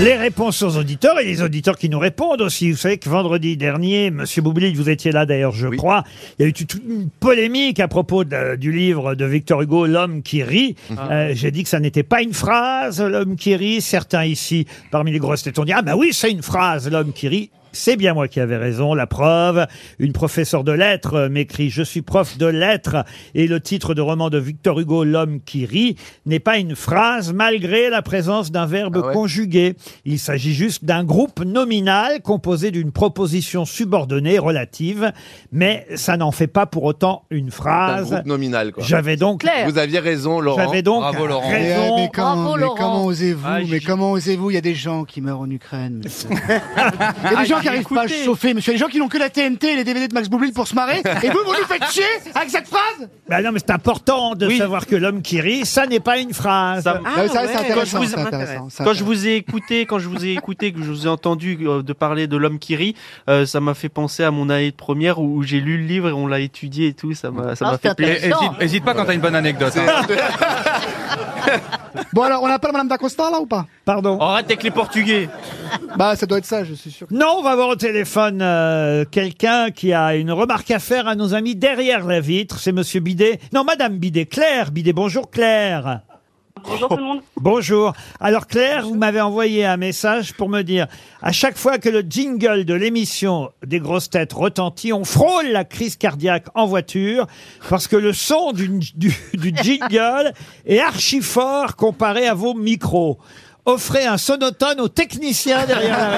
Les réponses aux auditeurs et les auditeurs qui nous répondent aussi. Vous savez que vendredi dernier, Monsieur Boublil, vous étiez là d'ailleurs, je crois. Il y a eu toute une polémique à propos de- du livre de Victor Hugo, L'homme qui rit. Euh, J'ai dit que ça n'était pas une phrase, L'homme qui rit. Certains ici, parmi les grosses têtes, ont dit ah bah oui, c'est une phrase, L'homme qui rit. C'est bien moi qui avais raison, la preuve. Une professeure de lettres euh, m'écrit Je suis prof de lettres et le titre de roman de Victor Hugo, L'homme qui rit, n'est pas une phrase malgré la présence d'un Ah verbe conjugué. Il s'agit juste d'un groupe nominal composé d'une proposition subordonnée relative, mais ça n'en fait pas pour autant une Un phrase. groupe nominal, quoi. J'avais donc, Vous aviez raison, Laurent. j'avais donc Mais, raison. euh, mais comment, mais comment osez-vous Ah, Mais comment osez-vous Il y a des gens qui meurent en Ukraine. monsieur. Ah, Il y a des gens qui n'arrivent pas à se chauffer, monsieur. Il y a des gens qui n'ont que la TNT et les DVD de Max Boublil pour se marrer. Et vous, vous nous faites chier avec cette phrase Bah non, mais c'est important de savoir que l'homme qui rit, ça n'est pas une phrase. Ah, ça, c'est Quand intéressant, je vous, c'est intéressant, c'est quand je intéressant. vous ai écouté, quand je vous ai écouté, que je vous ai entendu euh, de parler de l'homme qui rit, euh, ça m'a fait penser à mon année de première où, où j'ai lu le livre et on l'a étudié et tout. Ça m'a, ça Ah, m'a c'est fait plaisir. intéressant. Hésite, hésite pas quand t'as une bonne anecdote. hein. Bon, alors, on appelle Madame Dacosta, là, ou pas Pardon. Arrête avec les Portugais. Bah, ça doit être ça, je suis sûr. Non, on va avoir au téléphone euh, quelqu'un qui a une remarque à faire à nos amis derrière la vitre. C'est Monsieur Bidet. Non, Madame Bidet. Claire Bidet. Bonjour Claire. Bonjour tout le monde. Bonjour. Alors Claire, vous m'avez envoyé un message pour me dire à chaque fois que le jingle de l'émission des grosses têtes retentit, on frôle la crise cardiaque en voiture parce que le son du, du, du jingle est archi fort comparé à vos micros. Offrez un sonotone aux techniciens derrière la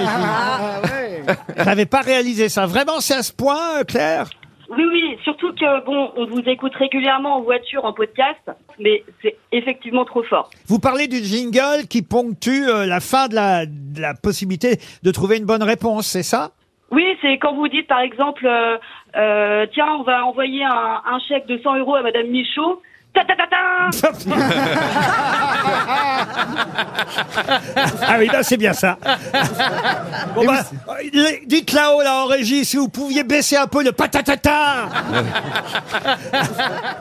régie. J'avais pas réalisé ça. Vraiment, c'est à ce point, euh, Claire Oui, oui, surtout que, bon, on vous écoute régulièrement en voiture, en podcast, mais c'est effectivement trop fort. Vous parlez du jingle qui ponctue euh, la fin de la, de la possibilité de trouver une bonne réponse, c'est ça Oui, c'est quand vous dites, par exemple, euh, euh, tiens, on va envoyer un, un chèque de 100 euros à Madame Michaud. Ta ta ta ta Ah oui, là, c'est bien ça. Bon, bah, euh, dites là-haut, là, en régie, si vous pouviez baisser un peu le patatata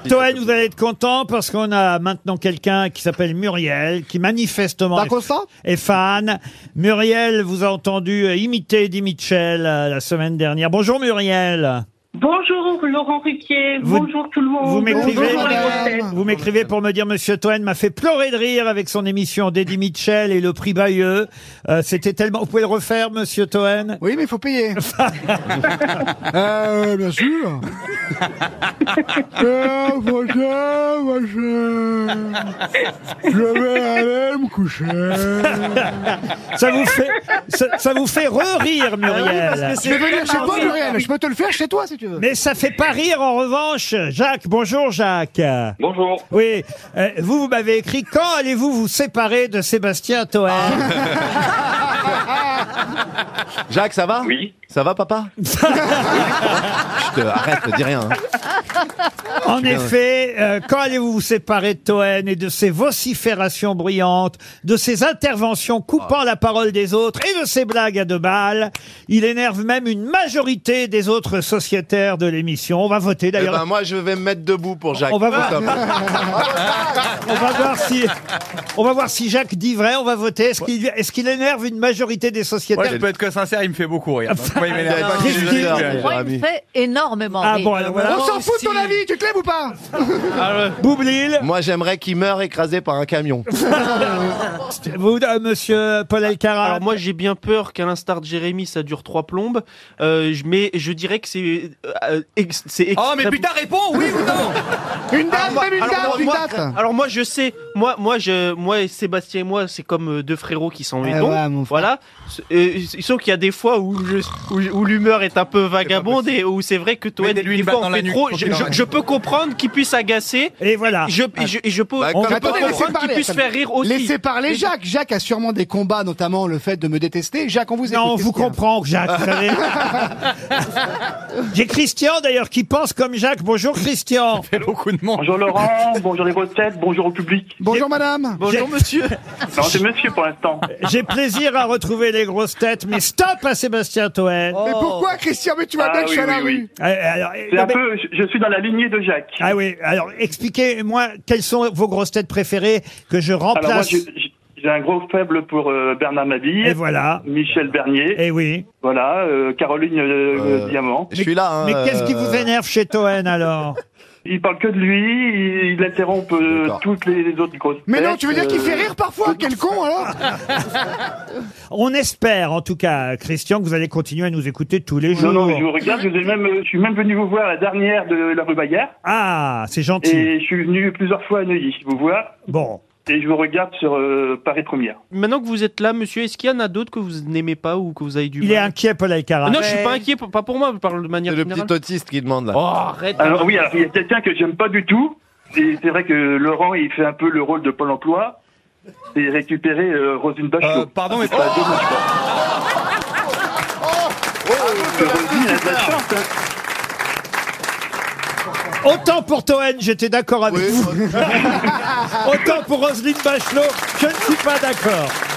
Toen, vous allez être content parce qu'on a maintenant quelqu'un qui s'appelle Muriel, qui manifestement... est- Dacosta et fan. Muriel vous a entendu euh, imiter Di Mitchell euh, la semaine dernière. Bonjour Muriel. Bonjour Laurent Ruquier, Vous- bonjour tout le monde. vous m'écrivez- Bonjour les grosses têtes. Vous m'écrivez pour me dire Monsieur Toen m'a fait pleurer de rire avec son émission d'Eddie Mitchell et le prix Bayeux. Euh, C'était tellement. Vous pouvez le refaire, Monsieur Toen Oui, mais il faut payer. euh, bien sûr. euh, bonjour, bonjour. Je vais aller me coucher. Ça vous fait ça, ça vous fait re-rire, Muriel. Je vais venir chez toi, Muriel. Je peux te le faire chez toi, si tu veux. Mais ça fait pas rire en revanche, Jacques. Bonjour Jacques. Bonjour. Oui, euh, vous, vous m'avez écrit quand allez-vous vous séparer de Sébastien Toen Jacques, ça va Oui. Ça va, papa Je te arrête, dis rien. hein. En effet, euh, quand allez-vous vous séparer de Toen et de ses vociférations bruyantes, de ses interventions coupant la parole des autres et de ses blagues à deux balles Il énerve même une majorité des autres sociétaires de l'émission. On va voter Eh d'ailleurs. ben, moi, je vais me mettre debout pour Jacques. On va voir. Top. ben, on va voir si on va voir si Jacques dit vrai. On va voter. Est-ce qu'il est-ce qu'il énerve une majorité des Moi, sociétaires je peux être que sincère, il me fait beaucoup rire. Donc, moi, il m'énerve pas, je suis Christine. hein, gentil, ouais. Moi, il me fait énormément Ah rire. bon alors voilà. On s'en fout de ton avis, tu te lèves ou pas Ah Boublil, Moi, j'aimerais qu'il meure écrasé par un camion. vous, euh, Monsieur Paul Alcarat. Alors moi j'ai bien peur qu'à l'instar de Jérémy ça dure trois plombes. Euh, je- mais je dirais que c'est euh, ex- c'est Oh, mais extrême- putain, réponds, oui ou non Une date, même une alors, date, moi- une moi- date. Alors moi je sais, moi moi je moi et Sébastien et moi c'est comme euh, deux frérots qui sont Ah donc ouais, mon frère. voilà. S- euh, sauf qu'il y a des fois où je- où- où l'humeur est un peu vagabonde et où c'est vrai que toi Mettez-lui des une fois balle on dans la fait nuque, trop. faut Je, qu'il Ah. en je- reste. je peux comprendre qu'il puisse agacer. Et voilà. Je, et je, et je peux, Bah, on comme- peut Attendez, laissez comprendre qu'il parler, puisse attendez. faire rire aussi. Laissez parler Mais- Jacques. Jacques a sûrement des combats, notamment le fait de me détester. Jacques, on vous écoute. Non, on qu'est-ce vous qu'il y a comprend, Jacques. vous savez. J'ai Christian d'ailleurs qui pense comme Jacques. Bonjour Christian. Il y a beaucoup de monde. Bonjour Laurent, bonjour les grosses têtes, bonjour au public. Bonjour, madame. Bonjour monsieur. Non, c'est monsieur pour l'instant. J'ai plaisir à retrouver les grosses têtes, mais stop à Sébastien Toen. Mais pourquoi, Christian Mais tu vois Ah bien que je suis à oui, la oui, rue. Ah, alors, Oh. C'est non, un mais- peu, je je suis dans la lignée de Jacques. Ah oui, alors expliquez-moi quelles sont vos grosses têtes préférées que je remplace. Alors moi, je- je- J'ai un gros faible pour euh, Bernard Mabille. Et voilà. Michel Bernier. Eh oui. Voilà, euh, Caroline euh, Euh, Diamant. Je suis là. hein, Mais qu'est-ce qui euh, vous énerve chez Toen alors Il parle que de lui, il, il interrompt euh, D'accord. toutes les, les autres grosses Mais non, têtes, tu veux dire qu'il euh, fait rire parfois Quel con alors On espère en tout cas, Christian, que vous allez continuer à nous écouter tous les Non, jours. non, mais je vous regarde, je, vous ai même, euh, je suis même venu vous voir la dernière de la rue Bayard, Ah, c'est gentil. et je suis venu plusieurs fois à Neuilly vous voir, Bon. et je vous regarde sur euh, Paris Première. Maintenant que vous êtes là, monsieur, est-ce qu'il y en a d'autres que vous n'aimez pas ou que vous avez du Il mal est inquiet, Paul Alcarat. Ah Non, je suis pas inquiet, p- pas pour moi, mais par de manière C'est le générale. petit autiste qui demande là. Oh, arrête Alors oui, alors, il y a quelqu'un que j'aime pas du tout, et c'est vrai que Laurent, il fait un peu le rôle de Pôle emploi, c'est récupérer euh, Rosine Bachelot. Euh, pardon, mais C'est pas dommage, quoi. Parce que Rosine elle a de la chance, hein. Autant pour Toen, j'étais d'accord avec Oui, vous. Autant pour Roselyne Bachelot, je ne suis pas d'accord.